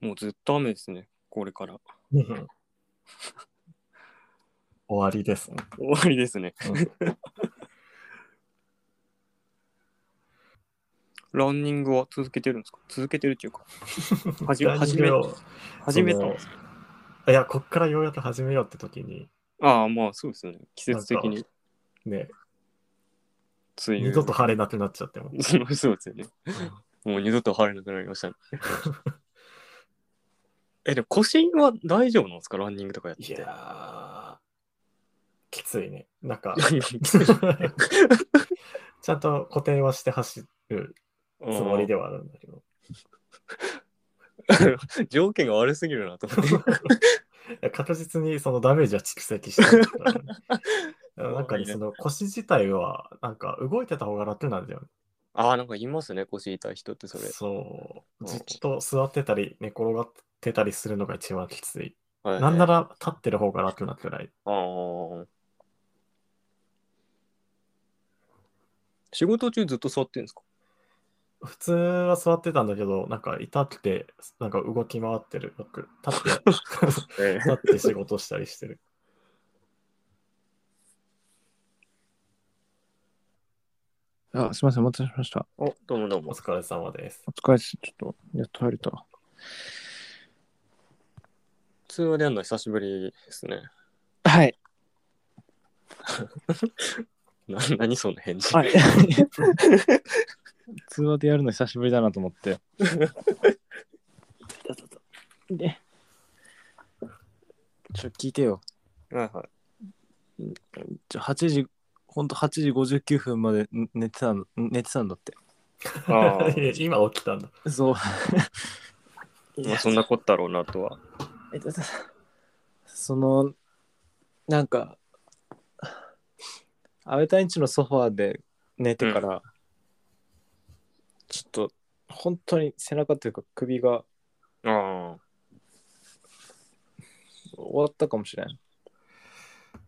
もうずっと雨ですね、これから。うん 終わりですね。終わりですね。ランニングは続けてるんですか続けてるっていうか、始めランニングを始めたそんのですかいや、こっからようやく始めようって時に、ああ、まあそうですよね。季節的なんにね、梅雨。二度と晴れなくなっちゃっても。そうそうですよね。もう二度と晴れなくなりま したね、え、でも腰は大丈夫なんですかランニングとかやっていて。やー、きついね。なんか、つ ちゃんと固定はして走るつもりではあるんだけど。 条件が悪すぎるなと思って。いや確実にそのダメージは蓄積して るからね、なんかいね、いねその腰自体は、なんか動いてた方が楽なんだよね。ああ、なんかいますね、腰痛い人ってそれ。そうう。んじっと座ってたり、寝転がってたりするのが一番きつい。はいなんなら立ってる方が楽なくらい。あー仕事中ずっと座ってるんですか普通は座ってたんだけど、なんか痛くて、なんか動き回ってる。僕立 って、え立って仕事したりしてる。あ、すみません、お待たせしました。お、どうもどうおも。疲れ様ですお。疲れっす。ちょっと、やっと入れた。通話でやるの久しぶりですね。はい。な 何その返事。 はい。通話でやるの久しぶりだなと思って。 で、ちょ、聞いてよ。はいはい。ちょ、8時、ほんと8時59分までん寝てたの、ん寝てたんだって。あ いや今起きたんだ。 そう。あ、まあ、そんなこったろうなとは。えっとさそのなんか安倍隊んちのソファーで寝てから、ちょっと本当に背中というか首があ終わったかもしれん。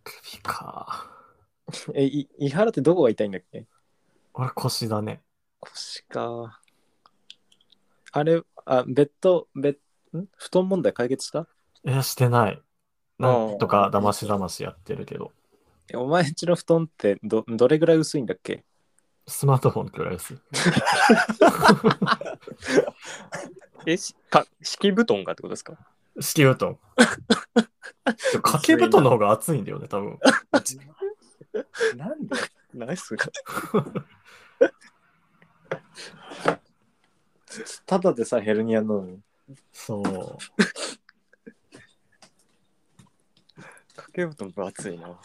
首か。え、い伊原ってどこが痛いんだっけ俺腰だね。腰か。あれ、あ、ベッド、ベッん布団問題解決したいや、してない。なんとか騙し騙しやってるけど、えお前んちの布団ってどどれぐらい薄いんだっけスマートフォンくらいです。あ。え、しか敷布団がってことですか敷布団。ちょ掛け布団の方が熱いんだよね、多分。なんでナイスが。ただでさえヘルニアなのに。そう。掛け布団分厚いな。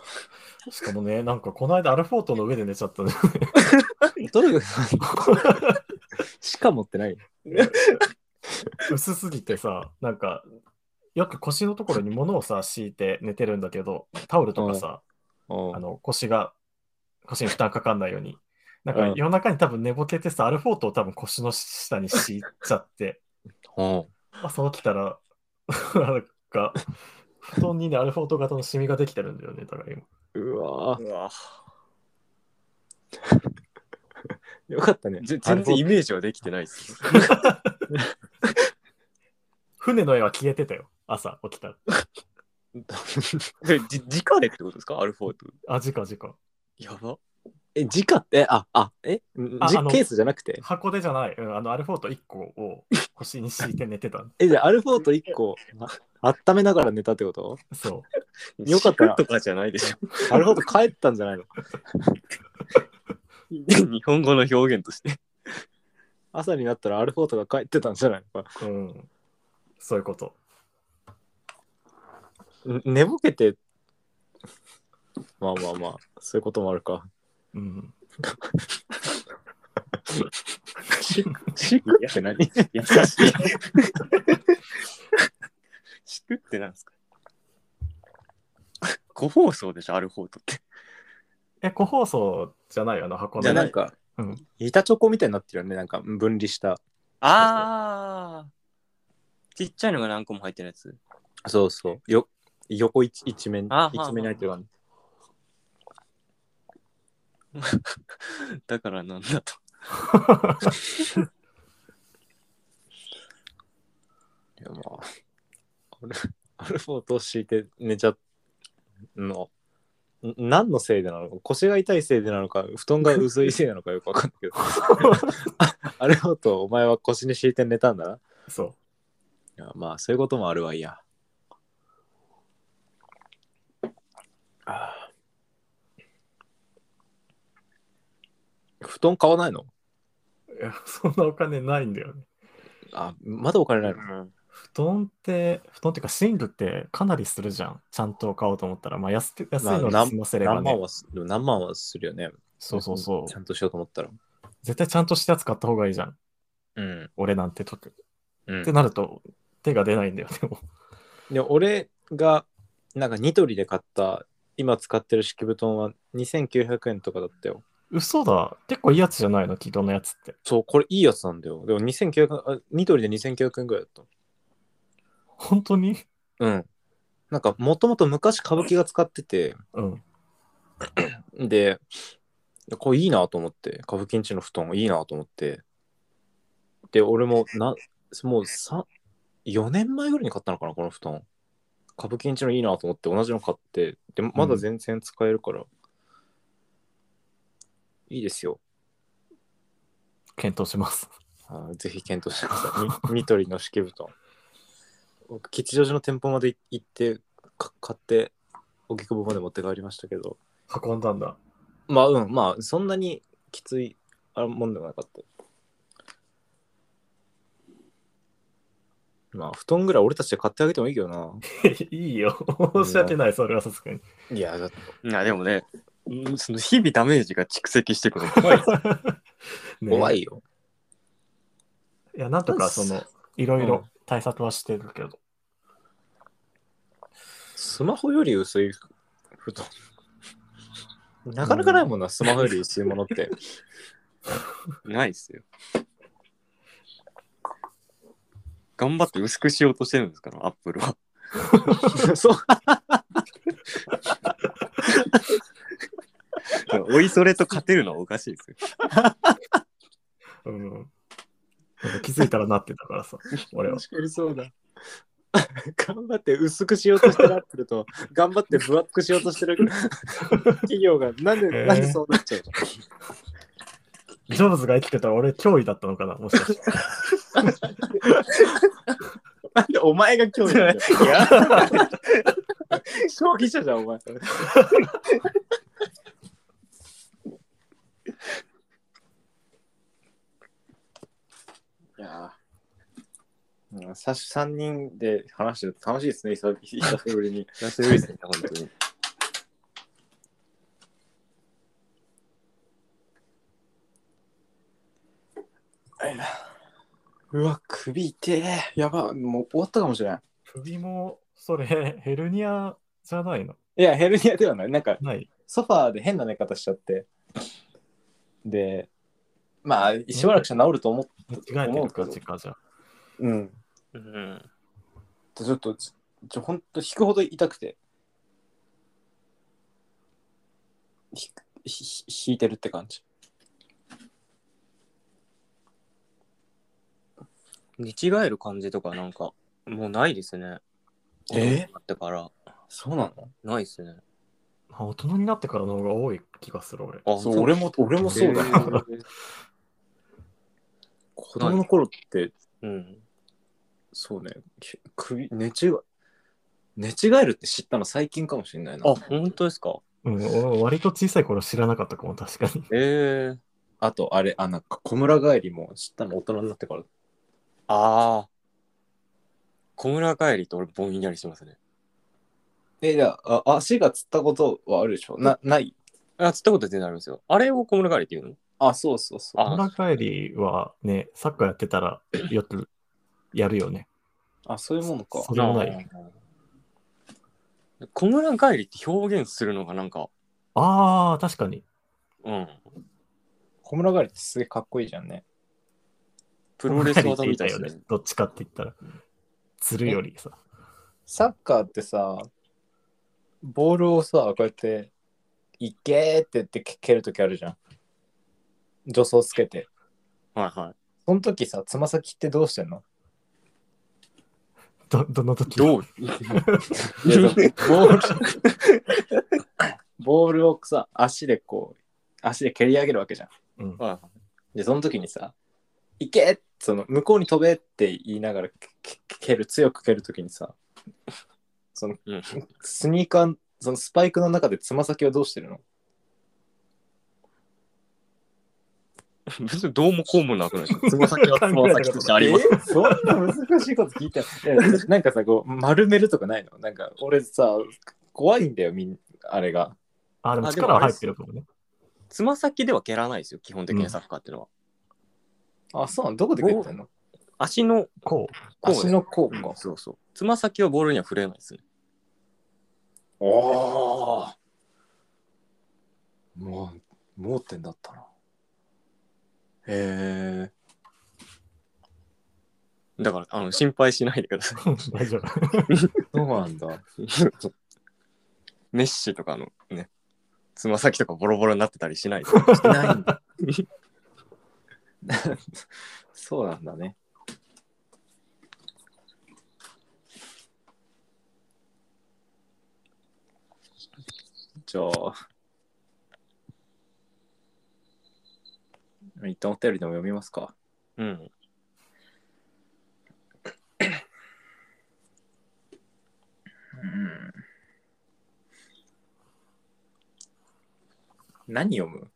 しかもね、なんかこの間アルフォートの上で寝ちゃったね。どういう しか持ってない。 薄すぎてさ、なんか、よく腰のところに物をさ、敷いて寝てるんだけど、タオルとかさ、うんあの腰が、腰に負担かかんないように。なんかうん夜中に多分寝ぼけてさ、アルフォートを多分腰の下に敷いちゃって、朝起きたら、 なんか、布団にね、アルフォート型のシミができてるんだよね、だから今。うわうわーよかったね。ぜ全然イメージはできてないです。 船の絵は消えてたよ、朝起きたら。それじ直でってことですかアルフォート。あ、じかじか。やば。 え、時価って、あ、あ、え、あじあのケースじゃなくて。箱でじゃない、うん、あのアルフォート1個を腰に敷いて寝 てた。え、じゃあアルフォート1個、あ温めながら寝たってことそう。よかったな敷布とかじゃないでしょ。 アルフォート帰ったんじゃないの日本語の表現として。朝になったらアルフォートが帰ってたんじゃないのかうん。そういうこと。ん寝ぼけて、まあまあまあ、そういうこともあるか。うん。時価って何優しい。敷くってなんですか 個包装でしょ、アルフォートって。え、個包装じゃないよ、あの箱の。じゃあなんか、うん板チョコみたいになってるよね。なんか分離した。ああ。ちっちゃいのが何個も入ってるやつ。そうそう。よ横一一面、あ一面に入ってる感じ。だからなんだと。いやまあ、アルアルフォートを敷いて寝ちゃうの。ん何のせいでなのか腰が痛いせいでなのか布団が薄いせいなのかよくわかんないけど アルフォートお前は腰に敷いて寝たんだなそいやまあそういうこともあるわいやあー布団買わないのう。いやそんなお金ないんだよね。あまだお金ないのん。布団って、布団っていうか寝具ってかなりするじゃん。ちゃんと買おうと思ったら、まあ安く安いのまあに済ませれば何ね万。はすでも何万はするよねそうそうそうち。ゃんとしようと思ったら絶対ちゃんとしたやつ買った方がいいじゃん。うん、俺なんて特。うんってなると、手が出ないんだよ、でも。で俺がなんかニトリで買った今使ってる敷布団は2900円とかだったよ嘘だ。結構いいやつじゃないの、軌道のやつって。そうこれいいやつなんだよでも2900あニトリで2900円ぐらいだっ本当にたうんなんかもともと昔歌舞伎が使っててうん。でこれいいなと思って歌舞伎んちの布団いいなと思ってで俺もなもうさ4年前ぐらいに買ったのかなこの布団歌舞伎んちのいいなと思って同じの買ってでまだ全然使えるから、いいですよ検討します。あーぜひ検討してください。ニニトリの敷布団。僕、吉祥寺の店舗まで行って、か買って、荻窪まで持って帰りましたけど、運んだんだ。まあうん、まあ、そんなにきついあもんでもなかった。まあ、布団ぐらい俺たちで買ってあげてもいいけどな。 いいよ。申し訳ない、それはさすが に。 いや、だっていや、でもね、うんその日々ダメージが蓄積してくるの 怖い。ね怖いよ。いや、なんとか、その、いろいろ対策はしてるけど。スマホより薄い布団。なかなかないもんな、スマホより薄いもの って。ないっすよ。頑張って薄くしようとしてるんですから、アップ ルは。そう。おいそれと勝てるのはおかしいですよ。うん。気づいたらなってたからさ、 俺は。確かにそうだ。頑張って薄くしようとしてるアップルと、頑張って分厚くしようとしてる 企業が、なんで、えーなんでそうなっちゃうのジョブズが生きてたら俺脅威だったのかな、もしか して。なんでお前が興味ないのいや、消費者じゃん、お前。いやーうんさし3人で話してると楽しいですね、久々久しぶりに。久しぶりですね、本当に。うわ、首痛え。やば、もう終わったかもしれない。首も、それ、ヘルニアじゃないのいや、ヘルニアではない。なんか、ない。ソファーで変な寝方しちゃって。で、まあ、しばらくしたら治ると思っ間違えて思うるけか、ど時間じゃ。うん。 うん。ちょっと、ちちょ、ほんと、引くほど痛くて。ひくひひ引いてるって感じ。見違える感じとかなんか、もうないですね。えだってから、そうなのないですね。あ大人になってからの方が多い気がする、俺。あそう、俺も、俺もそうだ。へ 子供の頃って、うん。そうね、き首、寝違え、寝違えるって知ったの最近かもしれないな。あ、本当ですかうん、俺割と小さい頃知らなかったかも、確かに。ええあと、あれ、あ、なんか、小村帰りも知ったの大人になってから。ああ。小村帰りと俺ぼんやりしますね。え、じゃあ、あ足がつったことはあるでしょな、ないあ、釣ったこと全然ありますよ。あれを小村帰りっていうのあ、そうそうそう。あ裏帰りはね、サッカーやってたらよくやるよね。あ、そういうものか。それもない。小村帰りって表現するのがなんか、ああ、確かに。うん。小村帰りってすげえかっこいいじゃんね。プロレス技みたいですよね。ね。どっちかって言ったら。つるよりさ。サッカーってさ、ボールをさ、こうやって、いけーって言ってけ蹴るときあるじゃん。助走つけて。はいはい。その時さ、つま先ってどうしてんのど、どの 時どういやでもボール、ボールをさ、足でこう、足で蹴り上げるわけじゃん。うん。はで、その時にさ、行けその、向こうに飛べって言いながら、けけ蹴る、強く蹴る時に さ、その、うんスニーカー、そのスパイクの中でつま先はどうしてるのい。別にどうもこうもなくないですか。つま先はつま先としてあります。えそんな難しいこと聞いたのなんかさ、こう、丸めるとかないのなんか、俺さ、怖いんだよ、みんあれが。あ、でもあでも力は入ってるかもね。つま先では蹴らないですよ、基本的にサッカーっていうのは。あ、そうなのどこで蹴ってんの足のこう。こうです足の甲うんか。そうそう。つま先はボールには触れないですね。おーもう、盲点だったな。へえ。だから、あの、心配しないでください。大丈夫。 そうなんだ。 メッシとかのね、つま先とかボロボロになってたりしない で。ないんだ。 そうなんだね。じゃあ、一旦お便りでも読みますか。うん。何読む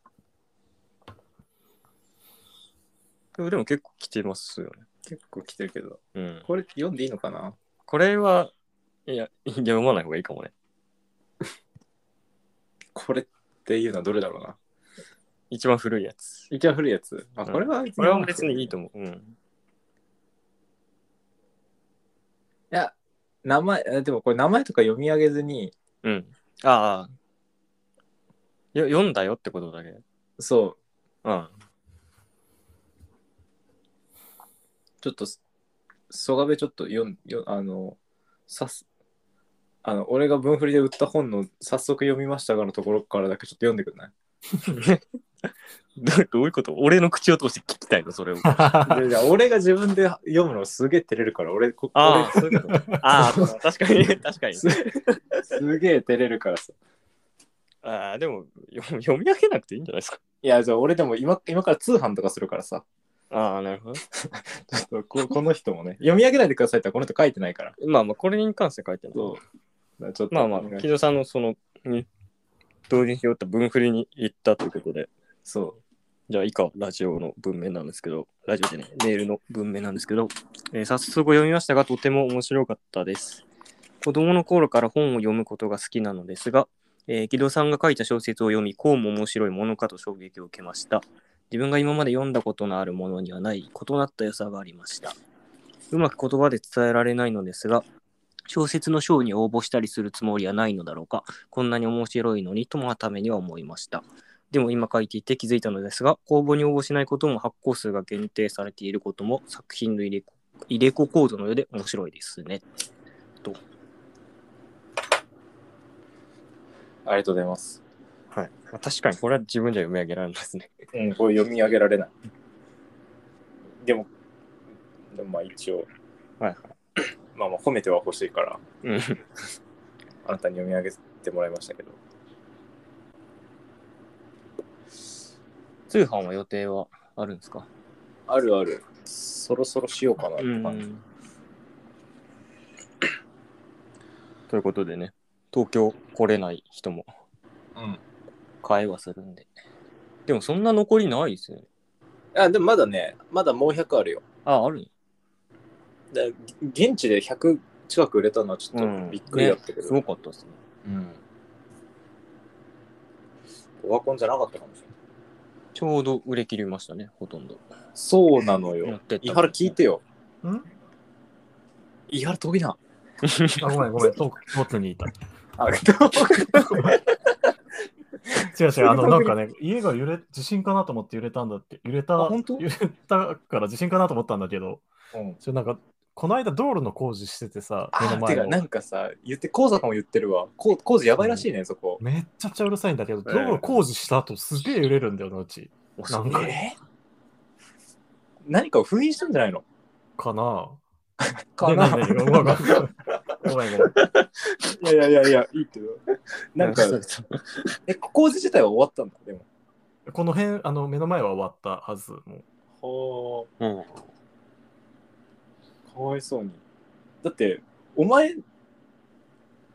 でもでも結構来てますよね。結構来てるけど、うん。これ読んでいいのかなこれは、いや、読まない方がいいかもね。これっていうのはどれだろうな一番古いやつ。一番古いやつ。あ、うんこれは別これは別にいいと思う。うん。いや、名前、えでもこれ名前とか読み上げずに、うん。ああ。よ読んだよってことだけ。うん。そう、あちょっと、曽我部ちょっと読ん、よあの、さす、あの、俺が文振りで売った本の早速読みましたがのところからだけちょっと読んで くんない どどういうこと俺の口を通して聞きたいのそれを。いやいや俺が自分で読むのすげえ照れるから、俺、こあ俺そういうこと ああ、確かに、確かに。すすげえ照れるからさ。ああ、でもよ 読み上げなくていいんじゃないですか。いや、じゃあ俺でも今今から通販とかするからさ、ああ、なるほど。ちょっとここの人もね、読み上げないでくださいってこの人書いてないから。まあまあ、これに関して書いてない。そう。だからちょっとまあまお願あ、い木戸さんのその、ね、同時に拾った文振りに行ったということで、そう。じゃあ以下、ラジオの文面なんですけど、ラジオでね、メールの文面なんですけど、えー早速読みましたが、とても面白かったです。子供の頃から本を読むことが好きなのですが、えー木戸さんが書いた小説を読み、こうも面白いものかと衝撃を受けました。自分が今まで読んだことのあるものにはない異なった良さがありました。うまく言葉で伝えられないのですが、小説の賞に応募したりするつもりはないのだろうか、こんなに面白いのにともはためには思いました。でも今書いていて気づいたのですが、公募に応募しないことも発行数が限定されていることも作品の入れ子入れ子構造のようで面白いですね。ありがとうございます。はい。確かにこれは自分じゃ読み上げられないですね。うん、これ読み上げられない。でも、でもまあ一応、はいはいまあまあ褒めては欲しいから、うん。あなたに読み上げてもらいましたけど。通販は予定はあるんですかあるある。そろそろしようかなって感じ。ということでね、東京来れない人もうん。会話するんで。でもそんな残りないですよね。あ、でもまだね、まだもう100あるよ。あ、あるだ現地で100近く売れたのはちょっとびっくりだったけねど。すごかったですね。うん。オワコンじゃなかったかもしれない。ちょうど売れ切りましたね、ほとんど。そうなのやっよ。てった伊原聞いてよ。ん伊原飛びな。あ、ごめんごめん。遠く、遠くにいた。あ、違う違う、あの、なんかね、家が揺れ、地震かなと思って揺れたんだって。揺れた、あ本当揺れたから地震かなと思ったんだけど、 うん、ちょなんか、この間道路の工事しててさ、目あのて前かのなんかさ言って高坂も言ってるわこう工事やばいらしいね、そこめっちゃくちゃうるさいんだけど、ええ道路工事した後すげえ揺れるんだよな、うち。なんかえー何かを封印したんじゃないのかなかなねねねごめんごめんごめんごめん。いやいやいやいや、いいけど。 なんか、え、工事自体は終わったんだ、でも。この辺、あの目の前は終わったはず。もうはうん。あ、かわいそうに。だって、お前、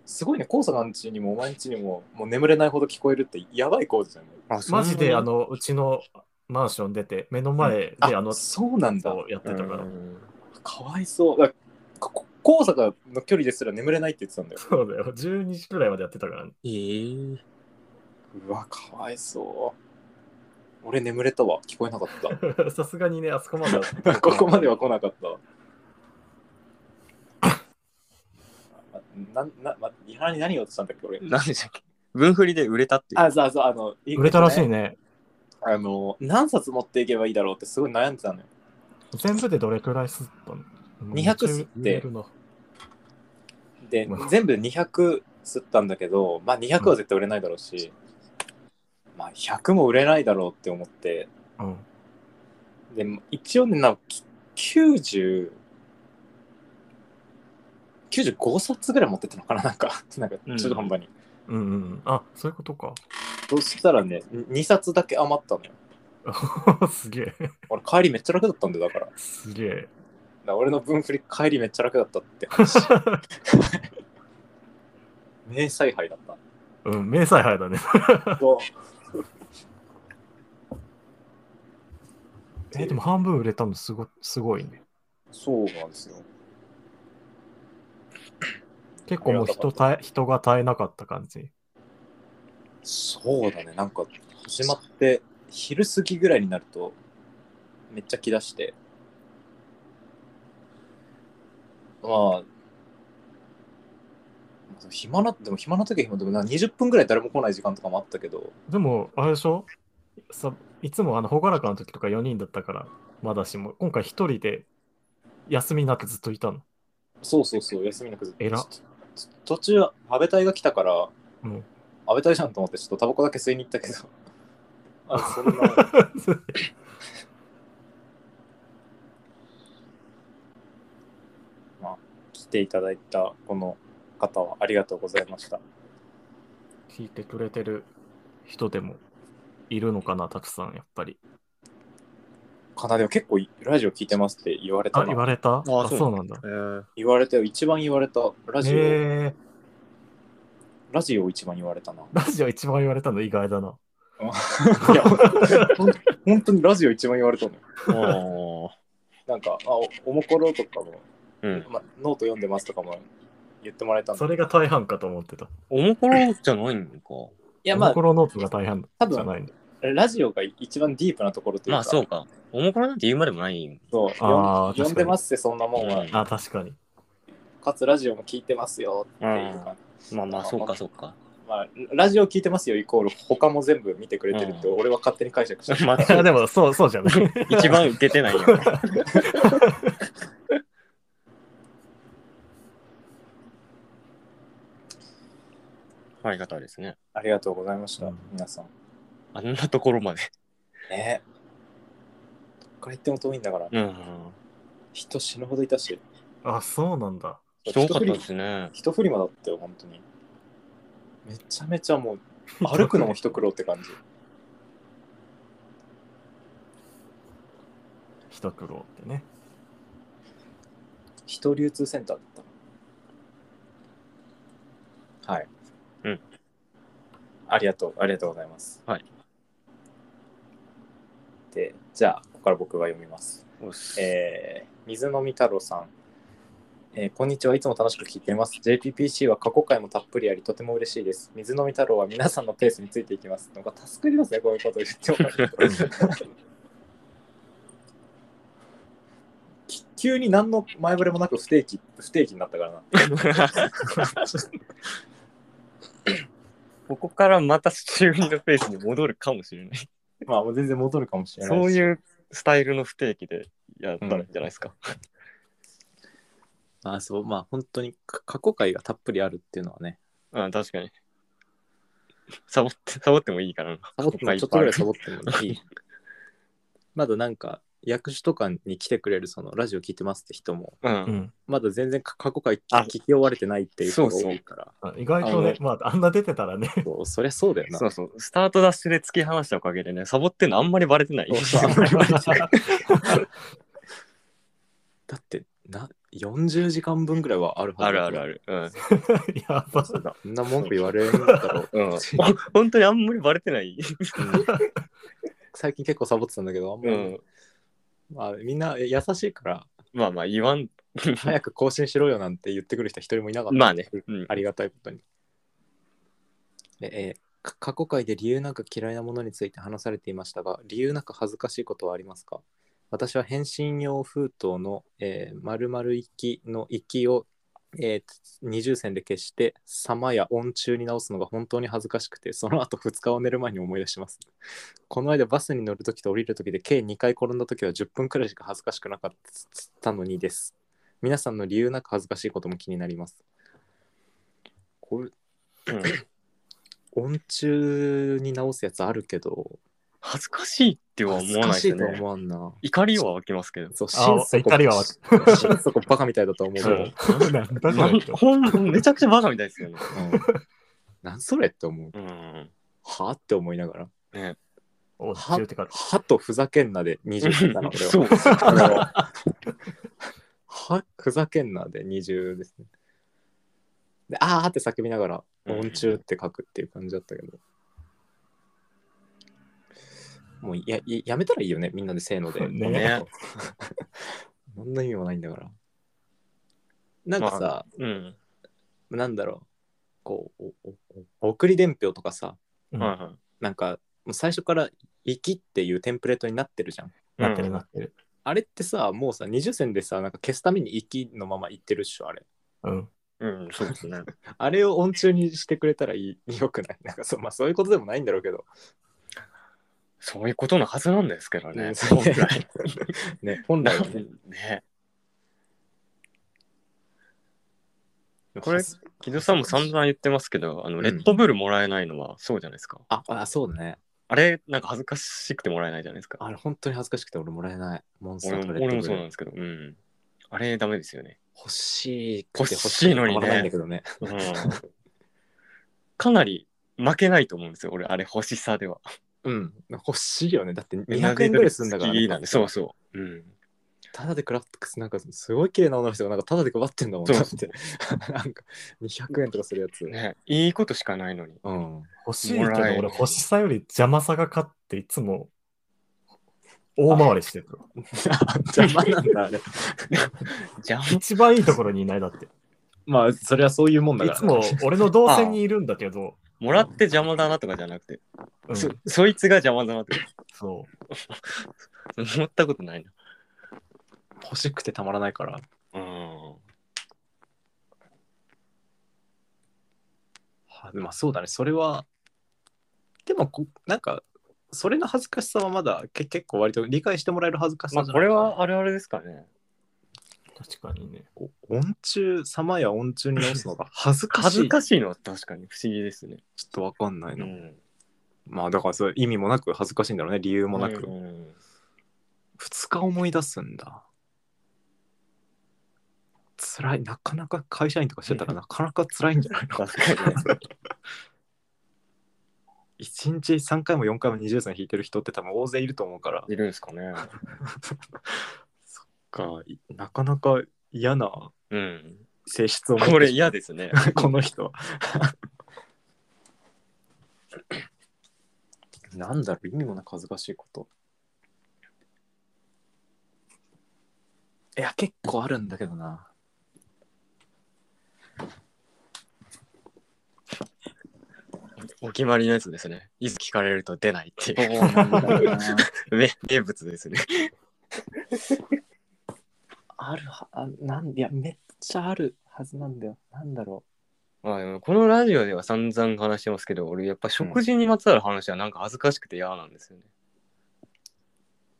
すごいね、黄砂なんちにもお前んちにも、もう眠れないほど聞こえるって、やばい工事じゃないあ、そんなマにジで、あ、の、うちのマンション出て、目の前で、あの、そうなんだ。そうやってたから。かわいそう。だここ高坂の距離ですら眠れないって言ってたんだよ。そうだよ。12時くらいまでやってたからね。えー、うわ、かわいそう。俺眠れたわ。聞こえなか っさすがにね、あそこまでは。た。 ここまでは来なかったわ。あなな、ま、リハに何言おうとしたんだっけ俺。何でしたっけ分振りで売れたっていう。あ、そうそう、あの、売れたらしい。ね。あの、何冊持っていけばいいだろうってすごい悩んでたのよ。全部でどれくらい吸ったの200吸って20のでう、ん全部で200吸ったんだけど、まあ200は絶対売れないだろうし、まあ100も売れないだろうって思って、うん。でも一応ねなんかき90 95冊ぐらい持ってったのかななんか、 なんかうん中途半端に。うんうんうん。あ、そういうことか。 そうしたらね、2冊だけ余ったのよ。すげえ。俺、帰りめっちゃ楽だったんだよ、だから。だかすげえ。ら俺の分振り、帰りめっちゃ楽だったって話。 名采配だった。うん、名采配だね。 え、でも半分売れたのすごすごいね。そうなんですよ。結構もう人たえ人が絶えなかった感じ。そうだね、なんか始まって、昼過ぎぐらいになると、めっちゃ気出して。まあ、暇な、でも暇な時は暇でもな、20分ぐらい誰も来ない時間とかもあったけど、でも、あれでしょさいつもあの、ほがらかの時とか4人だったから、まだしも、今回1人で休みなくずっといたの。そうそうそう、休みなくずっと偉っちょちょ途中、安倍隊が来たから、うん安倍隊じゃんと思って、ちょっとタバコだけ吸いに行 ったけど、あそんな、来ていただいたこの方はありがとうございました。聞いてくれてる人でもいるのかな、たくさん、やっぱり。かなでも結構ラジオ聞いてますって言われたあ、な言われたあそうそうなんだ。えー、言われたよ一番言われたラジオ、へえラジオを一番言われたな ラジオ一番言われたの意外だな。いやほんほん本当にラジオ一番言われたのよあなんかあおおもころとかも、ー うん。ま、ノート読んでますとかも言ってもらえたんだそれが大半かと思ってた。いおもころじゃ ないのか。いやまコロノートが大半多分じゃないの。あラジオが一番ディープなところというか、まあそうか。おもころなんて言うまでもない。そうあー確読ん読んかでにますってそんなもんは、うんあ、確かに。かつラジオも聞いてますよっていうか、まあまあそうかそうか。まあ、ラジオ聞いてますよイコール他も全部見てくれてるってう俺は勝手に解釈してる、 まあいやでも、そう、そうじゃない。 一番受けてない よ。ありがたいですね。ありがとうございました、うん皆さんあんなところまで。ねどっから行っても遠いんだから、うん。人死ぬほどいたしあ、そうなんだ。すごかったですね。一振り間だったよ本当にめちゃめちゃもう歩くのも一苦労って感じ一苦労ってね。人流通センターだったはいうんありがとうありがとうございますはいでじゃあここから僕が読みますおっすえー水飲み太郎さん、えーこんにちはいつも楽しく聞いています JPPC は過去回もたっぷりありとても嬉しいです水飲み太郎は皆さんのペースについていきますなんか助かりますねこういうこと言ってもらえる とき急に何の前触れもなく不定期不定期になったからな ここからまた中二のペースに戻るかもしれない。まあもう全然戻るかもしれないそうういうスタイルの不定期でやったらいいんじゃないですか。あそうまあ本当に過去回がたっぷりあるっていうのはねうん、確かに。サボって、サボってもいいからな。 サボってもちょっとぐらいサボってもいい。まだなんか、役所とかに来てくれるそのラジオ聞いてますって人もう。うんんまだ全然か過去回あ聞き終われてないっていう人が多いからあ意外とね、まあ、あんな出てたらね、そうそりゃそうだよなそうそう。スタートダッシュで突き放したおかげでね、サボってんのあんまりバレてない。 そうだってな40時間分ぐらいはあるはずあるあ るある。うん。 やば。そうだそんな文句言われるんだろう、うん、 本当にあんまりバレてない。うん最近結構サボってたんだけどあんまうり、ん、まあ、みんな優しいからまあまあ言わん。早く更新しろよなんて言ってくる人一人もいなかったまあね。うんありがたいことに。でえーか過去回で理由なく嫌いなものについて話されていましたが、理由なく恥ずかしいことはありますか私は返信用封筒の、えー、丸々行きの行きを、えー二重線で消して、様や音中に直すのが本当に恥ずかしくて、その後2日を寝る前に思い出します。この間バスに乗るときと降りるときで計2回転んだときは10分くらいしか恥ずかしくなかったのにです。皆さんの理由なく恥ずかしいことも気になります。これうん音中に直すやつあるけど、恥ずかしいっては恥思ずわかないしでいすとはね。思わんな。怒りは湧きますけど。そう、あ心底怒りはわ 心底バカみたいだと思うけど、うんうんなんだこれ。ほんめちゃくちゃバカみたいですよね。なんそれって思う。うん。はって思いながら。お中ってか、はとふざけんなで20だ ったの、俺は。そう。はふざけんなで20ですね。で、あーって叫びながら、うん音中って書くっていう感じだったけど。もうやややめたらいいよね、みんなでせーので。ねね何の意味もないんだから。なんかさ、まうん。なんだろう、こう、おおお送り伝票とかさ、うんはいはなんか、もう最初から生きっていうテンプレートになってるじゃん。い。なってるなってる。あれってさ、もうさ、20線でさ、なんか消すために生きのまま言ってるっしょ、あれ。うん。うん。うん、そうですね。あれを音中にしてくれたらいいよくない なんかそう、まあそういうことでもないんだろうけど。そういうことのはずなんですけどね。そう本 来 ね、本来はね。ね。これ木戸さんも散々言ってますけど、あの、うんレッドブルもらえないのはそうじゃないですか。あ、あ、そうだね。あれ、なんか恥ずかしくてもらえないじゃないですか。あれ、本当に恥ずかしくて俺もらえない。モンスタ俺ーもとレッドブル俺もそうなんですけど、うん。あれ、ダメですよね。欲しいく欲てしいのにね欲くてたまらないんだけどね。うん、かなり負けないと思うんですよ、俺、あれ、欲しさでは。うん。欲しいよね。だって200円ぐらいするんだから、いいなんで、そうそう。うん。ただでクラックスなんかすごい綺麗な女の人がなんかただで配ってんだもんそうだって。 なんか200円とかするやつ。ね、いいことしかないのに。うん。 欲しいけど、もらえる俺、欲しさより邪魔さが勝って、いつも大回りしてる。邪魔なんだ、あれ。じゃん。一番いいところにいないだって。いまあ、それはそういうもんつも俺の動線にいるんだけど、もらって邪魔だなとかじゃなくて、うん、そそいつが邪魔だなって。そ思ったことないな。欲しくてたまらないから。うん。はまあ、そうだね。それは、でもこ、なんか、それの恥ずかしさはまだけ結構割と理解してもらえる恥ずかしまさあ、じゃこないれはあるあるですかね。う。確かにね。これは音中、様や音中に直すのが恥ずかしい。恥ずかしいのは確かに不思議ですね。ちょっとわかんないな。ん。まあ、だからそれ意味もなく恥ずかしいんだろうね。理由もなく。うん2日思い出すんだ。辛い、なかなか会社員とかしてたらなかなか辛いんじゃないの確 かにね。 ?1 日3回も4回も20線引いてる人って多分大勢いると思うから。いるんですかね。そっか、いなかなか嫌なうん。性質を持ってるこれ嫌ですね。 この人は。なんだろう、意味もなく恥ずかしいこと。いや、結構あるんだけどな。お決まりのやつですね。いつ聞かれると出ないっていう。そうなんだよ な 名名物ですね。あるはあなんいやめっちゃあるはずなんだよなんだろまあでもこのラジオでは散々話してますけど、俺やっぱ食事にまつわる話はなんか恥ずかしくて嫌なんですよね。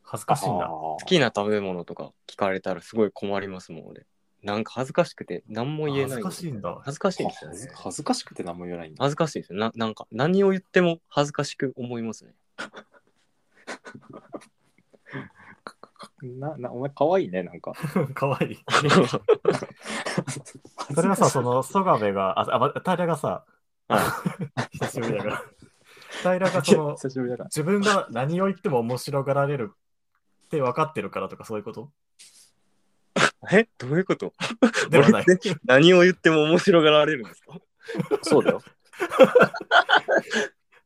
恥ずうかしいんだ。好きな食べ物とか聞かれたらすごい困りますもん、俺。なんか恥ずかしくて何も言えない。恥ずかしいんだ。恥ずかしいんですよ恥ずね。恥ずかしくて何も言わないんだ恥ずかしいですよ。ななんか何を言っても恥ずかしく思いますね。かかな、な、お前可愛いね、 なんか。かわいい。それはさ、その、ソガベが、あ、あま、平がさ、久しぶりだから。平がそ の、久しぶりだから。自分が何を言っても面白がられるって分かってるからとかそういうこと えどういうことではな い。俺って何を言っても面白がられるんですかそうだよ。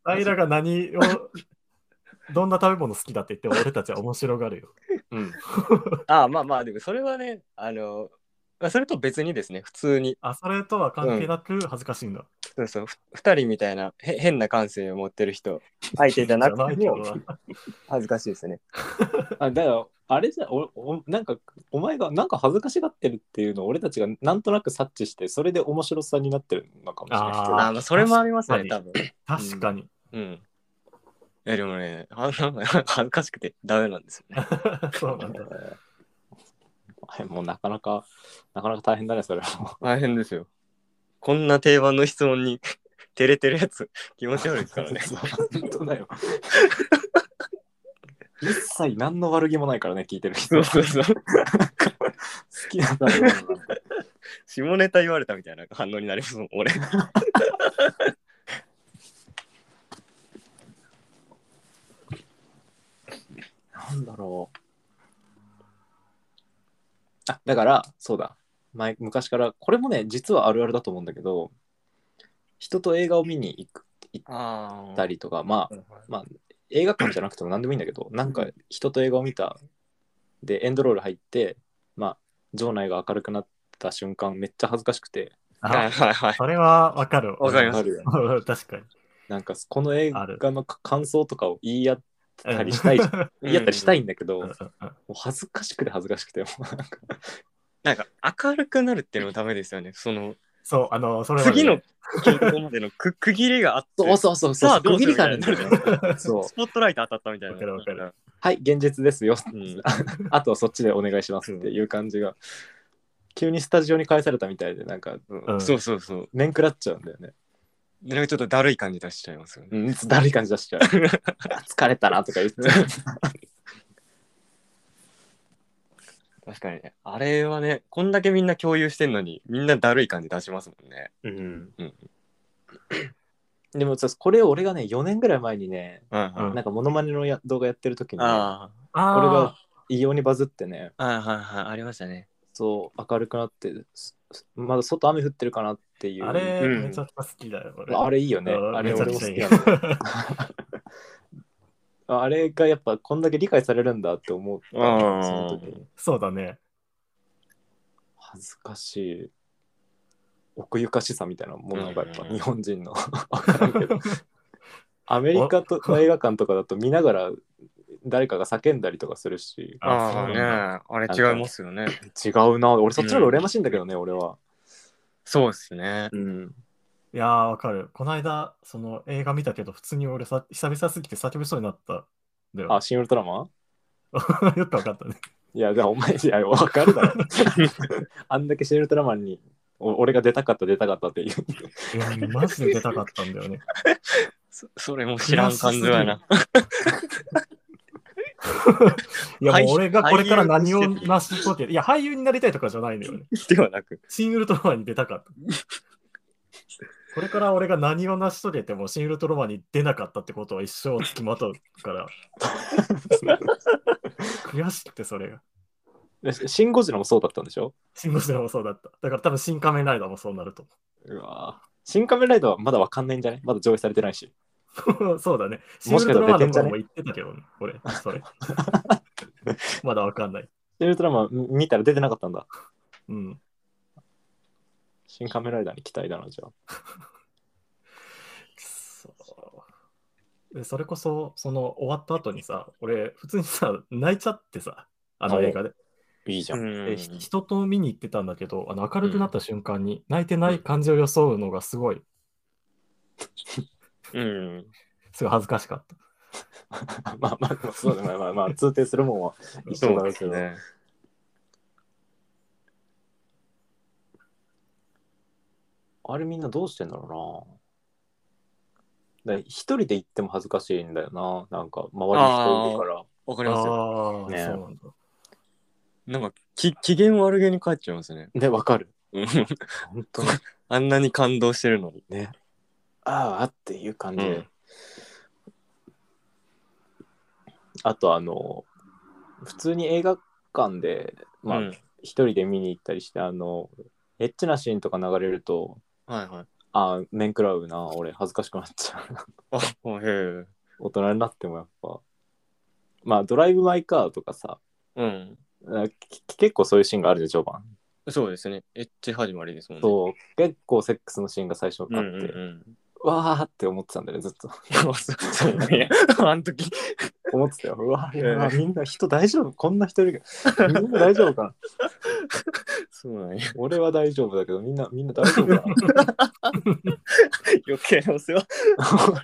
平が何を、どんな食べ物好きだって言っても俺たちは面白が るよ。うん。ああまあまあでもそれはねあのまあそれと別にですね普通にあ、それとは関係なく恥ずかしいんだ。そうそうふ2人みたいなへ変な感性を持ってる人相手じゃなじゃなく いてけどもな恥ずかしいですねあだから、あれじゃ、おおなんか、お前がなんか恥ずかしがってるっていうのを俺たちがなんとなく察知して、それで面白さになってるのかもしれないあけーど。ああまあそれもありますね確か多分確かに。うんいやでもね あなんか恥ずかしくてダメなんですよねそうなんだ。 はい、もうなかなか、なかなか大変だね、それは。大変ですよこんな定番の質問に 照れてるやつ気持ち悪いですからねそう本当だよ。一切何の悪気もないからね、聞いてる人。そう好そうそうきな食べ物なんだ下ネタ言われたみたいな反応になりますもん俺なんだろう。あ、だから、そうだ。前、昔から、これもね、実はあるあるだと思うんだけど、人と映画を見に行くあたりとか、まあ、あ映画館じゃなくても何でもいいんだけ ど、なんか人と映画を見た、で、エンドロール入って、まあ、場内が明るくなった瞬間、めっちゃ恥ずかしくて、はいあはいはいそれはわかる。わかりますあるよね確かに。なんか、この映ある画の感想とかを言い合ったりしたい、 言い合ったりしたいんだけど、うんうもんうんう恥ずかしくて恥ずかしくて、もうなんか、なんか明るくなるっていうのもダメですよね。そのそう、あの、それはね次の傾向までのく 区切りがあって、 そうそうそうそう。さあどうする区切りがあるんだよねそうス。ポットライト当たったみたいな。わかるわかるはい、現実ですよ。 うんあとはそっちでお願いしますっていう感じが。急にスタジオに返されたみたいで、なんか、うんうんそうそうそう。面食らっちゃうんだよね。なんかちょっとだるい感じ出しちゃいますよね。うん、だるい感じ 出しちゃう。あ疲れたなとか言って。確かにね。あれはね、こんだけみんな共有してんのに、みんなだるい感じ出しますもんね。うんうんでもさ、これを俺がね、4年ぐらい前にね、うんうんんなんかモノマネのや動画やってる時にね、ああー俺が異様にバズってね、あ、はいはいはい、ありましたね。そう、明るくなって、すすまだ外雨降ってるかなっていう。あれ、うんめちゃくちゃ好きだよ。俺あれいいよね。うんあれめちゃ俺くもちゃ好いきいなんだよ。 あれがやっぱこんだけ理解されるんだって思った。そあーの時にそうだね。恥ずかしい。奥ゆかしさみたいなものがやっぱうんうんうん日本人の。 わからんけ どアメリカとの映画館とかだと見ながら誰かが叫んだりとかするし、あああそうね、なんあれ違いますよね。違うな。俺そっちの方が羨ましいんだけどね、俺は。そうですね。うん。いやー、わかる。この間、その映画見たけど、普通に俺さ、久々すぎて叫びそうになったんだよ。あ、シン・ウルトラマン よくわかったね。いや、じゃあお前、いや、わかるだ ろ。あんだけシン・ウルトラマンに、お俺が出たかった、出たかったっていう。いや、マジで出たかったんだよね。そそれも知らん感じやな。いや、もう俺がこれから何を俳優として成し遂げる。いや、俳優になりたいとかじゃないんだよ ね。ではなく。シン・ウルトロマンに出たかった。これから俺が何を成し遂げても、シン・ウルトロマンに出なかったってことは一生つきまとう から、悔しくてそれが。でシン・ゴジラもそうだったんでしょシン・ゴジラもそうだった。だから多分、新仮面ライダーもそうなると うわぁ新仮面ライダーはまだわかんないんじゃないまだ上映されてないし。思う。そうだね。シン・もウしルかトロしたらマン出てのんじゃ方ねも言ってたけどね、俺、そ れ。まだわかんない。シンウルトラマンみ見たら出てなかったんだ。うん。新仮面ライダーに期待だな、じゃあ。くそーでそれこそ、その終わった後にさ、俺、普通にさ、泣いちゃってさ、あの映画で。いいじゃん。えひ人と見に行ってたんだけど、あの明るくなった瞬間に泣いてない感じを装うのがすごい、うん。すごい恥ずかしかった。 まあまあ、そうだね。まあまあ、まあ、通底するもんは一そ緒だうろでうけすど。ね。あれみんなどうしてんだろうな。だ一人で行っても恥ずかしいんだよな。なんか、周りに人いるから。わかありますよ。あー、ねそうなんだ。なんかき機嫌悪げに帰っちゃいますね。ね、わかる。うん本当に。 あんなに感動してるのに。ね。ああっていう感じで。うんあと、あの、普通に映画館で、まあ、うん一人で見に行ったりして、あの、エッチなシーンとか流れると、はいはい。ああ、面食らうな、俺、恥ずかしくなっちゃうな。あ、おへえ。大人になってもやっぱ。まあ、ドライブ・マイ・カーとかさ、うん。あき結構そういうシーンがあるで、序盤。そうですね。エッチ始まりですもんね。そう、結構セックスのシーンが最初あって、うんうんうん。わーって思ってたんだよね、ずっと。 そうそういやあの時。思ってた よ。うわ、いやいやみんな人大丈夫こんな一人が。 みんな大丈夫かなそうなんや。 俺は大丈夫だけど、みんな、みんな 大丈夫か余計なお世話。な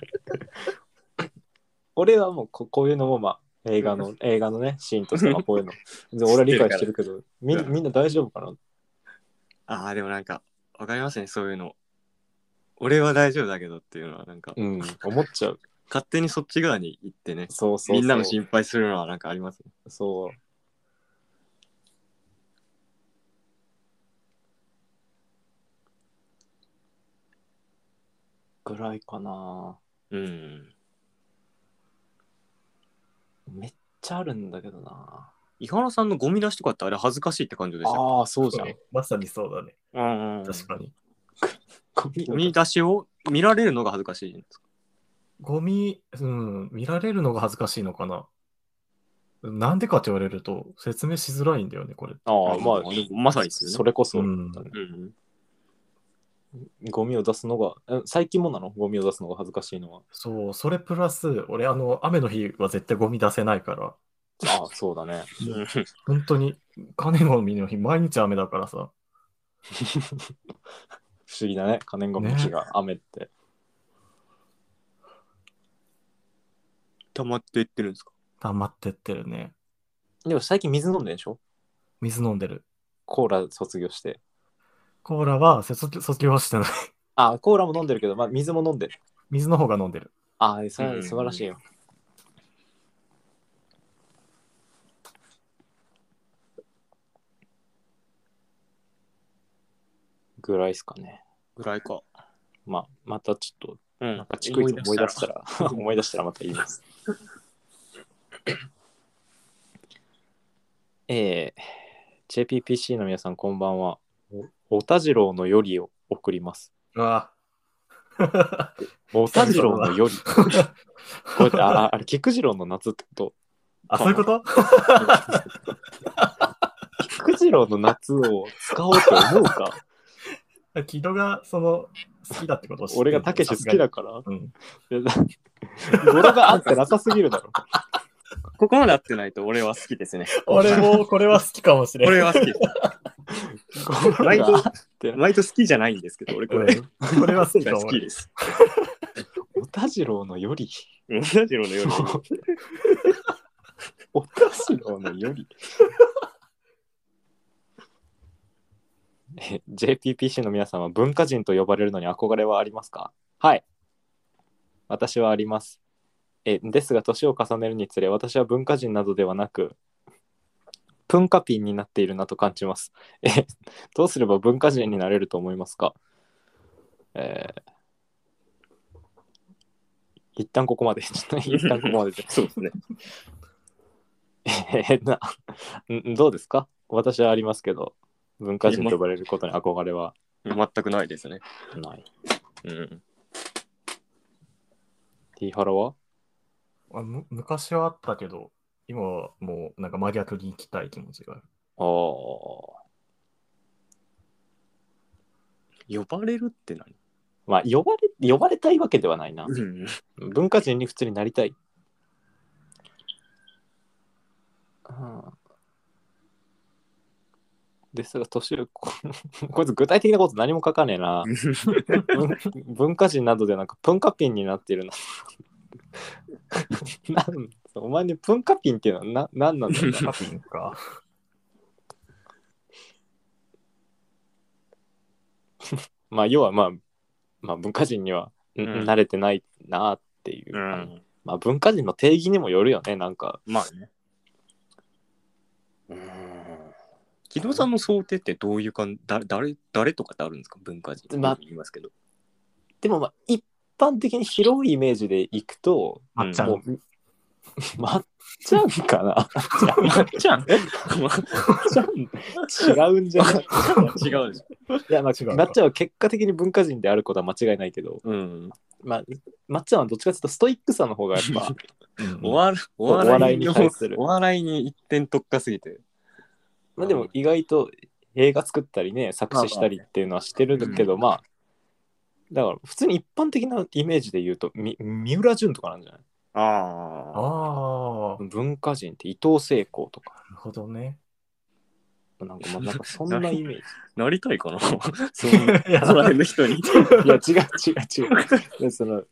俺はもうここういうのも、まあ、映 画の、映画のね、シーンとして、まあ、こういうの。で俺は理解してるけど、みんみんな大丈夫かなああ、でもなんか、わかりますね、そういうの。俺は大丈夫だけどっていうのは、なんか、うん、思っちゃう。勝手にそっち側に行ってね、そうそうそう。みんなの心配するのはなんかありますね。そう。ぐらいかな。うん。めっちゃあるんだけどな。伊原さんのゴミ出しとかってあれ恥ずかしいって感情でしたああ、そうじゃん。まさにそうだね。うんうん確かに。ゴミゴミ出しを見られるのが恥ずかしいんですかゴミ、うん、見られるのが恥ずかしいのかな。なんでかって言われると説明しづらいんだよね、これ。ああ、まあ、でもまさにですよね。それこそ、ううんんゴミを出すのが、え最近もなのゴミを出すのが恥ずかしいのは。そう、それプラス、俺、あの、雨の日は絶対ゴミ出せないから、ああ、 そうだね。うん。本当に、金ゴミの日、毎日雨だからさ、不思議だね。可燃ゴミの日が雨って。溜まっていってるんですか溜まってってるね。でも最近水飲んでんでしょ水飲んでる。コーラ卒業して。コーラは卒業卒業してない。ああ、コーラも飲んでるけど、まあ、水も飲んでる。水の方が飲んでる。ああ、それうん素晴らしいよ。ぐらいですかね。ぐらいか。まあ、またちょうっと、なんんか、逐一思い出したら、 思い出したらまた言います。 えー、JPPC の皆さん、こんばんは。おおたじろうのよりを送ります。ああ。おたじろうのより。こうやってあああれ、菊次郎の夏ってことあ、そういうこと菊次郎の夏を使おうと思うか木戸が、その、好きだってことを知って俺がたけし好きだからら。うん。い やだ語呂があってなさすぎるだろ。ここまで合ってないと俺は好き ですね。俺も、これは好きかもしれない。俺は好き です。語呂があってな割と好きじゃないんですけど、俺これ。うんこれは好きかも。好きです。おたじろうのより。同じのより。 おたじろうのよ り。え JPPC の皆さんは文化人と呼ばれるのに憧れはありますかはい。私はあります。えですが、年を重ねるにつれ、私は文化人などではなく、文化ピンになっているなと感じます。えどうすれば文化人になれると思いますかえー一旦ここまで。 ちょっと一旦ここまでで。そうですね。えーな、んどうですか私はありますけど、文化人と呼ばれることに憧れは全くないですね。ない。うん。ティーハラはあむ昔はあったけど、今はもうなんか真逆に行きたい気持ちがある。ああ。呼ばれるって何まあ、呼ばれ、呼ばれたいわけではないな。うん。文化人に普通になりたい。うんですが、年を、こ こいつ具体的なこと何も書かねえな。文文化人などでなんか文化ピンになっているな。なんお前に文化ピンっていうのはな何なんだろうな ハッピンか。まあ要はまあ、まあ、文化人には、んうん慣れてないなっていう、うん。まあ文化人の定義にもよるよねなんかまあね。うん木戸さんの想定ってどういう感じだ誰誰とかってあるんですか文化人まあ言いますけど。でもまあ一般的に広いイメージでいくと、まっちゃもん。う、まっちゃんかなまっちゃん 違うんじゃない 違うでしょ。いや、ま違うかあ、まっちゃんは結果的に文化人であることは間違いないけど、うん。まあ、まっちゃんはどっちかというとストイックさの方がやっぱ、うんおわおお笑笑いいにに対するお笑いに一点特化すぎて。まあでも意外と映画作ったりね、作詞したりっていうのはしてるけど、まあ、だから普通に一般的なイメージで言うと、み三浦淳とかなんじゃないああ。ああ、文化人って伊藤聖子とか、なるほどね。なんかまあなんかそんなイメージ。なりたいかな そのいやその辺の 人に。いや、違う違う違う。その、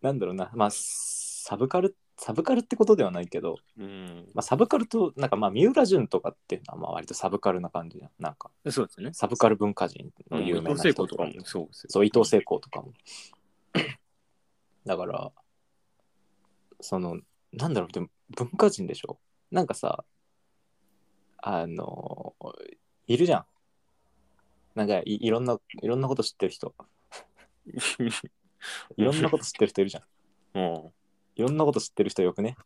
なんだろうな、まあ、サブカル、サブカルってことではないけど、うん。まあ、サブカルと、なんかまあ、三浦淳とかっていうのは、まあ、割とサブカルな感じじゃん。なんか、そうですね。サブカル文化人の有名伊な藤人聖子とかもそうですよ。そう、伊藤聖子とかも。だから、その、なんだろう、でも文化人でしょなんかさ、あの、いるじゃん。なんかい、いろんな、いろんなこと知ってる 人。いろんなこと知ってる人いるじゃん。うん。いろんなこと知ってる人よくね。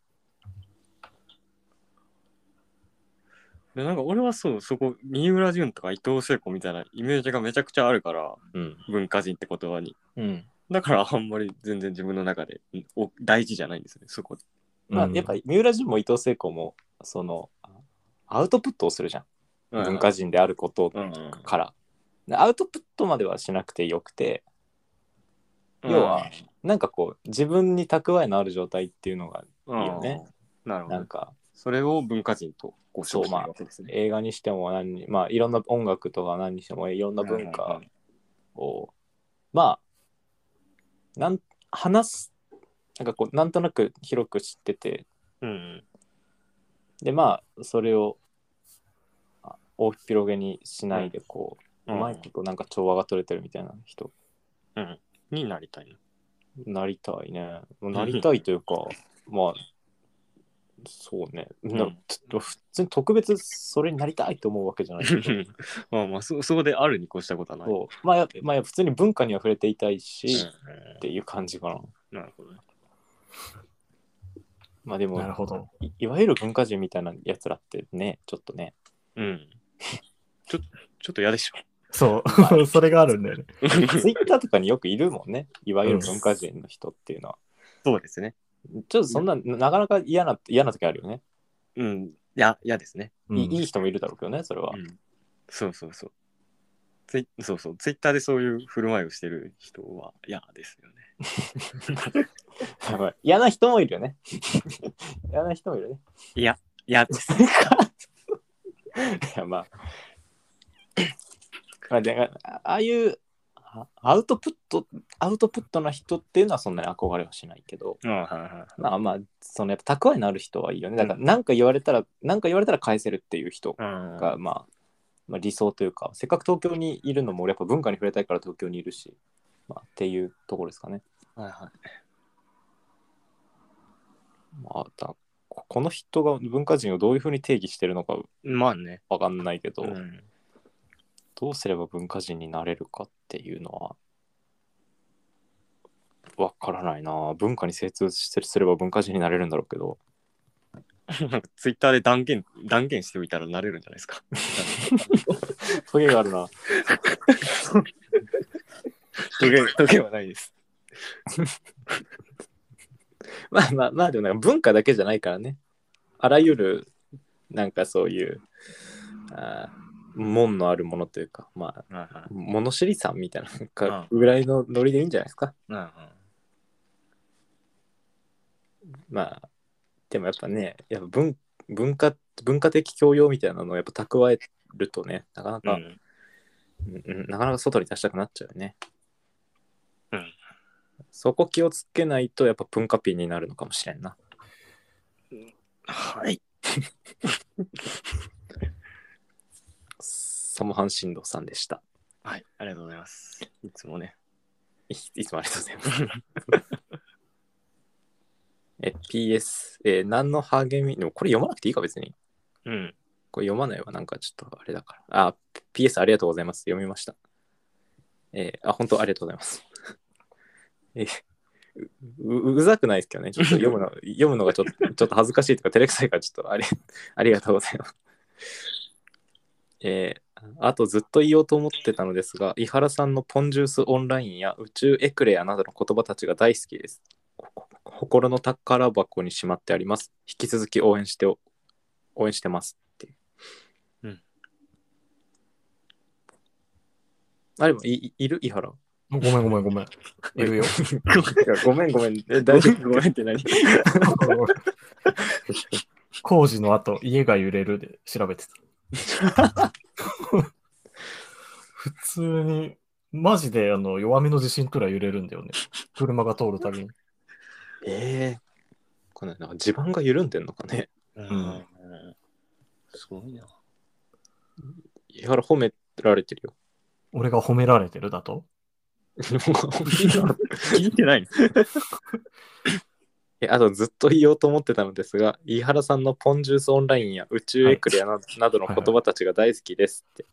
でなんか俺はそう、そこ、三浦淳とか伊藤聖子みたいなイメージがめちゃくちゃあるから、うん。文化人って言葉に。うん。だからあんまり全然自分の中でうんお大事じゃないんですよね、そこ。まあ、うんやっぱ、三浦淳も伊藤聖子も、その、アウトプットをするじゃん。文化人であることをうん。から。でアウトプットまではしなくてよくて、うん要は、なんかこう自分に蓄えのある状態っていうのがうんいいよね。なるほなんど。かそれを文化人とご称してるわけですね。映画にしても何にまあいろんな音楽とか何にしてもいろんな文化をまあなん話すなんかこうなんとなく広く知っててうん。でまあそれをあ大広げにしないでこう、うまいことなんか調和が取れてるみたいな人になりたいな。なりたいね。もうなりたいというか、まあ、そうね。なうんちょっと普通に特別それになりたいと思うわけじゃないけど まあまあ、そそこであるに越したことはない。そうまあ、やまあ、や普通に文化には触れていたいし、うんっていう感じかな。なるほどね。まあでなるも、ほど。いいわゆる文化人みたいなやつらってね、ちょっとね。うん。ちょちょっと嫌でしょ。そう、 それがあるんだよね。 ツイッターとかによくいるもんね。いわゆる文化人の人っていうのは。そうですね。ちょっとそんな、なかなか嫌な、嫌な時あるよね。うん。いや、嫌ですね。ういんいいい人もいるだろうけどね、それはう。ん。そうそうそう。ツイそうそう。ツイッターでそういう振る舞いをしてる人は嫌ですよね。 まあ嫌な人もいるよね。 嫌な人もいるね。嫌 です。いやまあ、 まあ、であああいうあアウトプットアウトプットな人っていうのはそんなに憧れはしないけど うん、はいはまあまあそのやっぱ蓄えのある人はいいよねだから何か言われたら何、なん、か言われたら返せるっていう人いはい。が、まあ、まあ理想というかせっかく東京にいるのも俺やっぱ文化に触れたいから東京にいるし、まあ、っていうところですかね、はいはまあ、だここの人が文化人をどういうふうに定義してるのかい。まあね。わかんないけど、うん どうすれば文化人になれるかっていうのはわからないな文化に精通してすれば文化人になれるんだろうけどなんかツイッターで断言、断言しておいたらなれるんじゃないですか。 トゲがあるなトゲ、トゲはないです。 まあまあまあでもなんか文化だけじゃないからねあらゆるなんかそういうあー門のあるものというかまあはいはい。物知りさんみたいななんかぐらいのノリでいいんじゃないですかうんうんまあでもやっぱねやっぱ文文化文化的教養みたいなのをやっぱ蓄えるとねなかなか、うんうんうんなかなか外に出したくなっちゃうよね。うん。そこ気をつけないと、やっぱ文化ピンになるのかもしれんな。はい。サモハン進藤さんでした。はい。ありがとうございます。いつもね。いいつもありがとうございます。え、PS、えー何の励み、でもこれ読まなくていいか、別に。うん。これ読まないわ、なんかちょっとあれだから。あ、PS ありがとうございます。読みました。えーあ、本当ありがとうございます。 えーうううざくないですけどね。ちょっと読むの、 読むのがちょっと、ちょっと恥ずかしいとか、照れくさいから、ちょっとあれ、 ありがとうございます。えーあとずっと言おうと思ってたのですが、伊原さんのポンジュースオンラインや宇宙エクレアなどの言葉たちが大好きです。ここ心の宝箱にしまってあります。引き続き応援してお、応援してますっていう。うん。あ、でもい、いいる伊原。ごめんごめんごめん。いるよ。 ごめんごめん。え大丈夫 ごめんって何 工事の後、家が揺れるで調べてた。 普通に、マジであの弱めの地震くらい揺れるんだよね。車が通るたびに。ええこのなんか地盤が緩んでんのかね。うん。すごいな。伊原褒められてるよ。 俺が褒められてるだと聞いて ないのえあとずっと言おうと思ってたのですが、飯原さんのポンジュースオンラインや宇宙エクレアな,、などの言葉たちが大好きですって。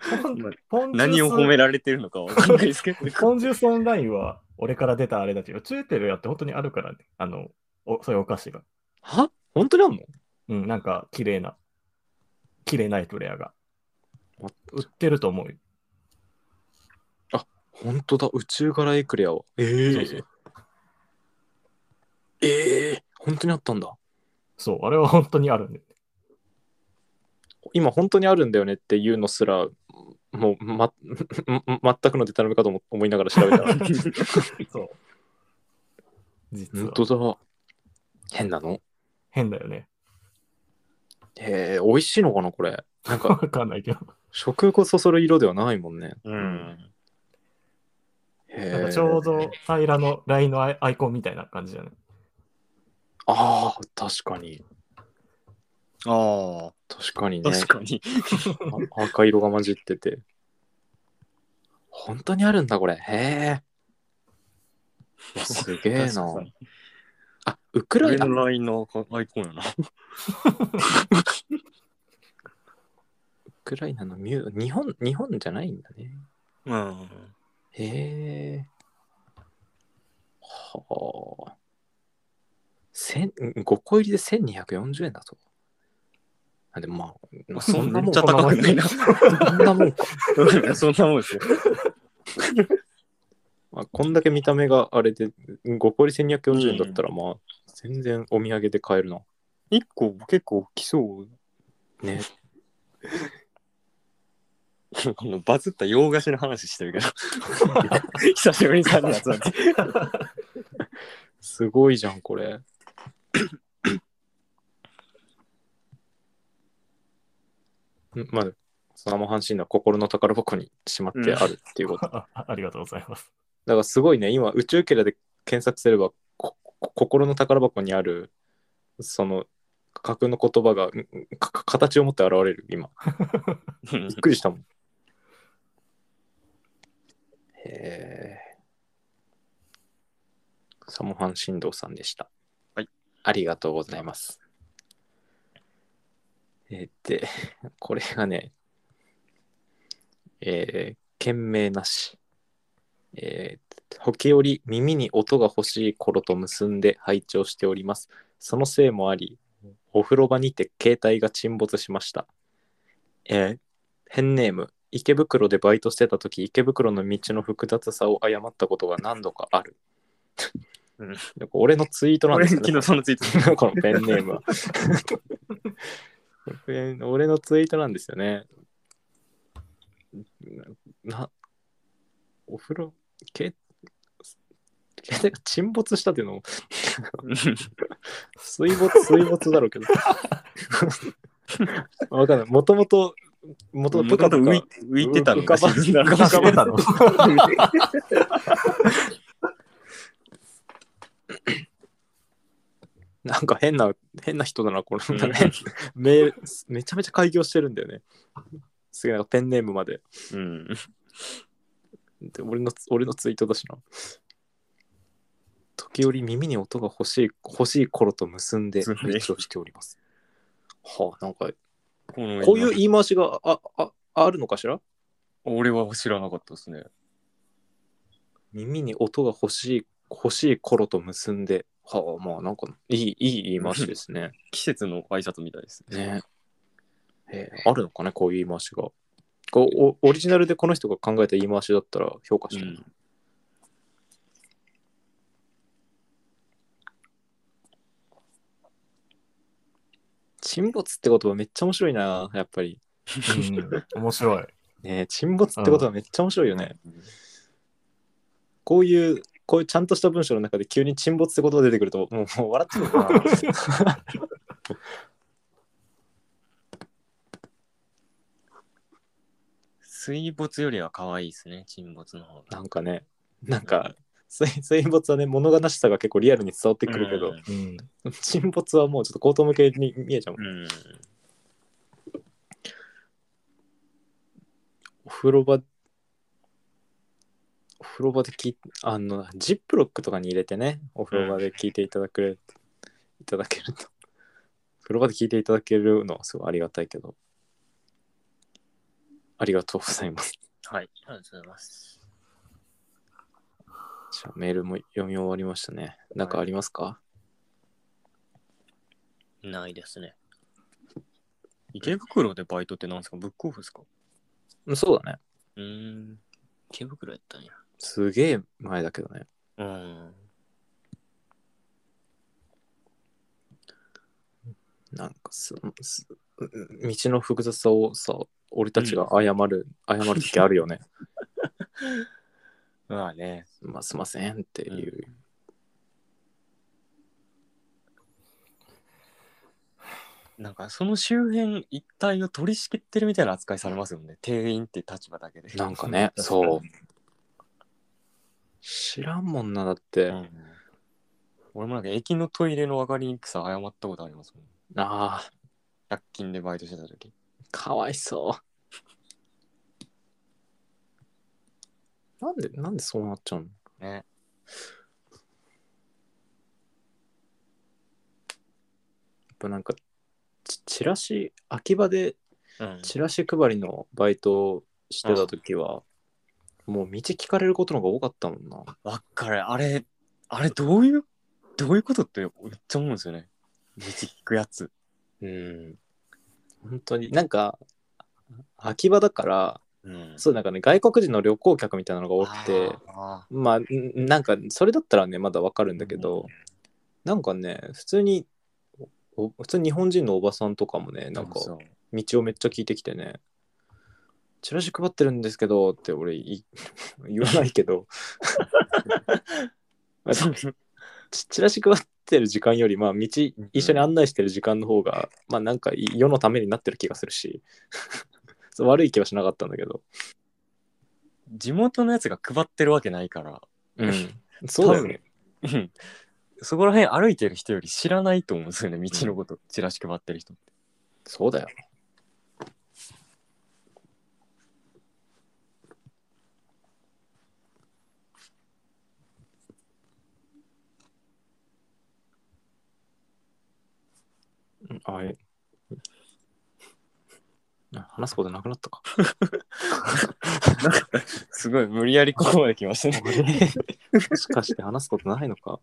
ポンジュース何を褒められてるのかわかんないですけ ど。ポンジュースオンラインは俺から出たあれだけど、チューテルやって本当にあるからね。あの、おそういうお菓子が。は本当にあんのうん、なんか綺麗な、綺麗なエクレアが。あ売ってると思うよ。本当だ、宇宙柄エクレアは。ええそうそうええ本当にあったんだ。そう、あれは本当にあるんで。今本当にあるんだよねっていうのすら、もう、ま、 全くのデタラメかと思思いながら調べた ら。そう。実本は当だ。変なの変だよね。ええ美味しいのかな、これ。なん わか、かんないけど。食欲をそそる色ではないもんね。うん。ななんかちょうど平の LINE のアイアイコンみたいな感じだね。ああ、確かに。ああ、確かにね。確かに。あ赤色が混じってて。本当にあるんだ、これ。へえ。すげえな 確か。にあ、ウクラ俺イナ。の LINE のアイコンやな。ウクライナのミュー、日本、日本じゃないんだね。うん。へえ。はあ。千5個入りで1240円だと。あでもまあまあ、そんなめもっんちゃ高くないな。そんなもんか。 そんなもんですよ。 まあ、こんだけ見た目があれで、5個入り1240円だったら、まあ、全然お土産で買えるな。 1個結構大きそう。ね。このバズった洋菓子の話してる けど。久しぶりに3人集まって。すごいじゃん、こ れ。んまあ、生半身な心の宝箱にしまってあるっていうこと。 ああありがとうございます。だからすごいね、今、宇宙キャラで検索すれば、ここ心の宝箱にある、その、架空の言葉が、んかか形を持って現れる、今。うんびっくりしたもん。へえ。サモハン振動さんでした。はい。ありがとうございます。えーで、これがね、えー、件名なし。えー、時折耳に音が欲しい頃と結んで拝聴しております。そのせいもあり、お風呂場にて携帯が沈没しました。えーペンネーム池袋でバイトしてた時池袋の道の複雑さを誤ったことが何度かある、 うん俺のツイートなん俺です昨けど日そのツイート。 このペンネームはペン俺のツイートなんですよねなお風呂け 携帯が沈没したっていうのも水没、水没だろうけど。 わかんない。もともと、もとももともとと浮い浮いてたの浮かば沈んだの浮かばしてたのなんか変な、変な人だな、こ の、うんめめちゃめちゃ開業してるんだよね。すげえな、ペンネームまで。うん。で俺の俺のツイートだしな。時折耳に音が欲しい欲しい頃と結んでそうね拝聴しております。はあ、なんかこのこういう言い回しがあああるのかしら俺は知らなかったですね。耳に音が欲しい欲しい頃と結んで、はあ、まあなんかいいいい言い回しですね。季節の挨拶みたいですね。ねえーあるのかね、こういう言い回しが。こうおオリジナルでこの人が考えた言い回しだったら評価して、うん沈没って言葉めっちゃ面白いな、やっぱり。うん、面白い。ねえ沈没って言葉めっちゃ 面白いよね。こういう、こういうちゃんとした文章の中で急に沈没って言葉出てくると、もうもう笑っちゃ うかな。水没よりは可愛いですね、沈没の方が。なんかね、なんか、水水没はね、物悲しさが結構リアルに伝わってくるけど、うん、 沈没はもうちょっと口頭向けに見えちゃうもん。うん。うん。お風呂場、お風呂場で聞いあの、ジップロックとかに入れてね、お風呂場で聞いていただくれ、いただけると。風呂場で聞いていただけるのはすごいありがたいけど。ありがとうございます。はい、ありがとうございます。じゃあメールも読み終わりましたね。なんかありますか、ないですね。池袋でバイトってなんですかブックオフですかうんそうだね。うーん。池袋やったんや。すげえ前だけどね。うん。なんかすす道の複雑さをさ俺たちが謝る、謝る時あるよねまあね。まあすいませんっていう、なんかその周辺一帯を取り仕切ってるみたいな扱いされますよね。店員って立場だけで。なんかねそう知らんもんなだって、うん俺もなんか駅のトイレの分かりにくさ謝ったことありますもん。ああ100均でバイトしてた時。かわいそうなんでなんでそうなっちゃうのね。やっぱなんかチチラシ空き場でうんチラシ配りのバイトをしてた時は、もう道聞かれることの方が多かったもんなわっかる。あれ、あれどういう、どういうことってめっちゃ思うんですよね。道聞くやつ。うん本当になんか秋葉だからうんそうなんかね外国人の旅行客みたいなのが多くてあまあんなんかそれだったらねまだわかるんだけど、なんかね普通にお普通に日本人のおばさんとかもねーなんかそう道をめっちゃ聞いてきてね「チラシ配ってるんですけど」って俺い 言わないけどまあそうチチラシ配ってる時間よりまあ道一緒に案内してる時間の方が、まあなんかい世のためになってる気がするし そう悪い気はしなかったんだけど、地元のやつが配ってるわけないから。うん、そうだよねうんそこら辺歩いてる人より知らないと思うんですよね、道のこと、チラシ配ってる人って。そうだようんあいあ話すことなくなったかすごい、無理やりここまで来ましたね。もしかして話すことないのか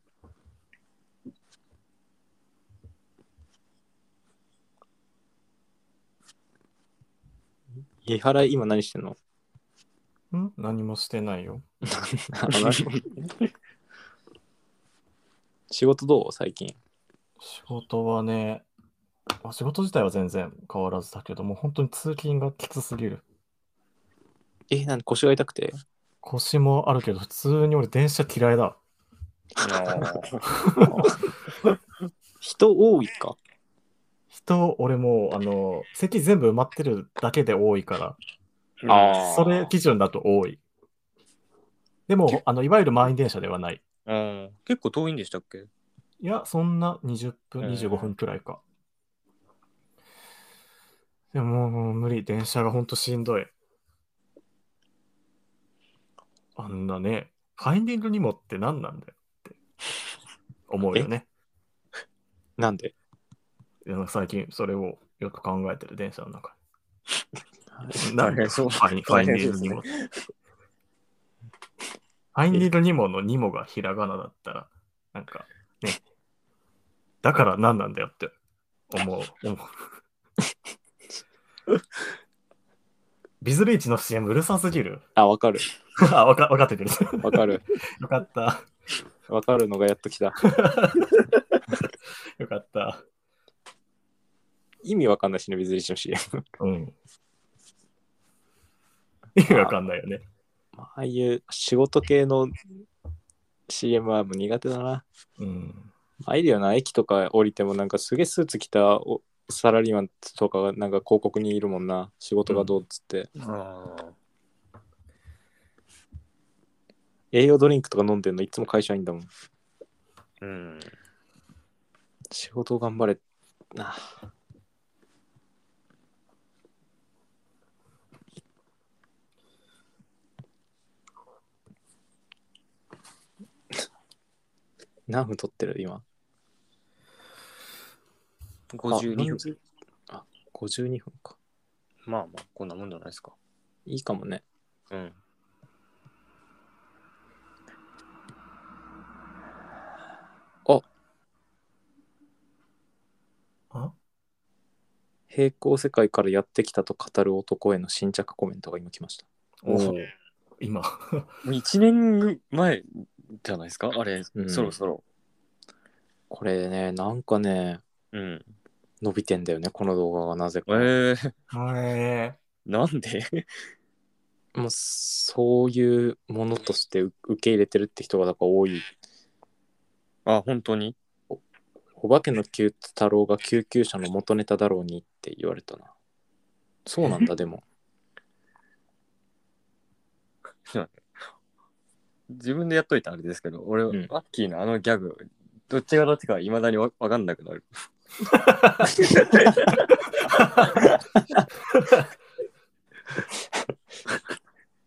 伊原今何してんのん何もしてないよ。あ の仕事どう最近仕事はね、あ仕事自体は全然変わらずだけども、本当に通勤がきつすぎる。えなん腰が痛くて腰もあるけど、普通に俺電車嫌いだ。人多いか人、俺もう、あの、席全部埋まってるだけで多いから。あーそれ基準だと多い。でも、あのいわゆる満員電車ではない。うん結構遠いんでしたっけいや、そんな20分、うん25分くらいか。でももう無理、電車がほんとしんどい。あんなね、ファインディングにもって何なんだよって思うよね。なんでいや最近それをよく考えてる、電車の中に。大フ変 そう。ァイン、ファインニールニモ。ファインニールニモのニモがひらがなだったら、なんかね、だから何なんだよって思う。思う ビズリーチの CM うるさすぎる。あ、わかる。あ、わかわかってくれた。わか る。よかった。わかるのがやっときた。よかった。意味わかんないしね、ビズリッチの CM。うん。意味わかんないよね。まあああいう仕事系の CM はもう苦手だな。うん。あいるよな、駅とか降りてもなんかすげえスーツ着たおサラリーマンとかがなんか広告にいるもんな。仕事がどうっつって。栄養ドリンクとか飲んでんのいつも会社員だもん。うん。仕事を頑張れ。な何分撮ってる今52分。あ52分かまあまあ、こんなもんじゃないですか。いいかもねうん。あ平行世界からやってきたと語る男への新着コメントが今来ましたおお。今。 1年前じゃないですかあれ、うんそろそろ。これねなんかねうん。伸びてんだよねこの動画がなぜえか、ー、えなんで もうそういうものとして受受け入れてるって人がだから多いあ、本当にお化けの九太郎が救急車の元ネタだろうにって言われたなそうなんだでも自分でやっといたあれですけど、俺、んアッキーのあのギャグ、どっちがどっちかいまだにわわかんなくなる。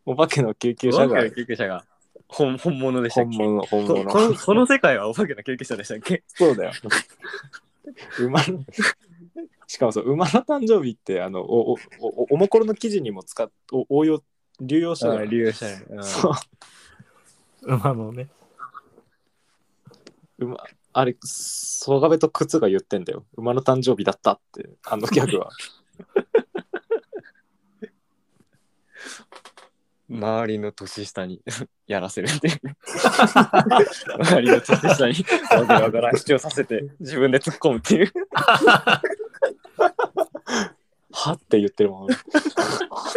お化けの救急車お化がけの救急車が本本物でしたっ本け物本物ここのこの世界はお化けの救急車でしたっけそうだよ。馬のしかもそう馬の誕生日ってあのおおおおもころの記事にも使っお応用流用したじゃない流用したね。そう馬のね。馬あれ曽我部と靴が言ってんだよ馬の誕生日だったってあのギャグは周りの年下に やらせる っていう。周りの年下にわけわからん主張させて自分で突っ込むっていう。はって言ってるもん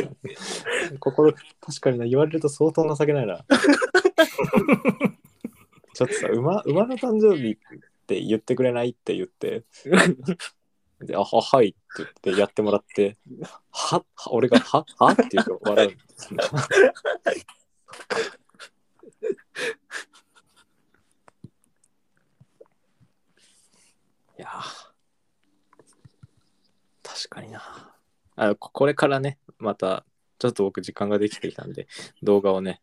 心確かにな言われると相当情けない なちょっとさ馬馬の誕生日って言ってくれないって言ってで、あは、はいって言ってやってもらって、は、は俺が、は、はって言うと 笑う。いやー確かになあこ。これからね、また、ちょっと僕時間ができてきたんで、動画をね、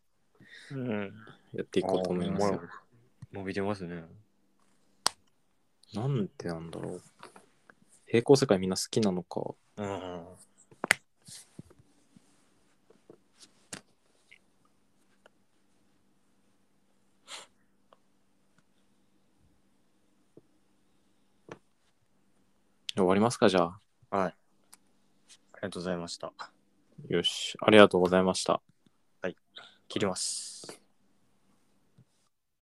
うん。やっていこうと思いますよ。伸びてますね。なんてなんだろう。平行世界みんな好きなのか。うん。終わりますか、じゃあ。ありがとうございました。よし、ありがとうございました。切ります。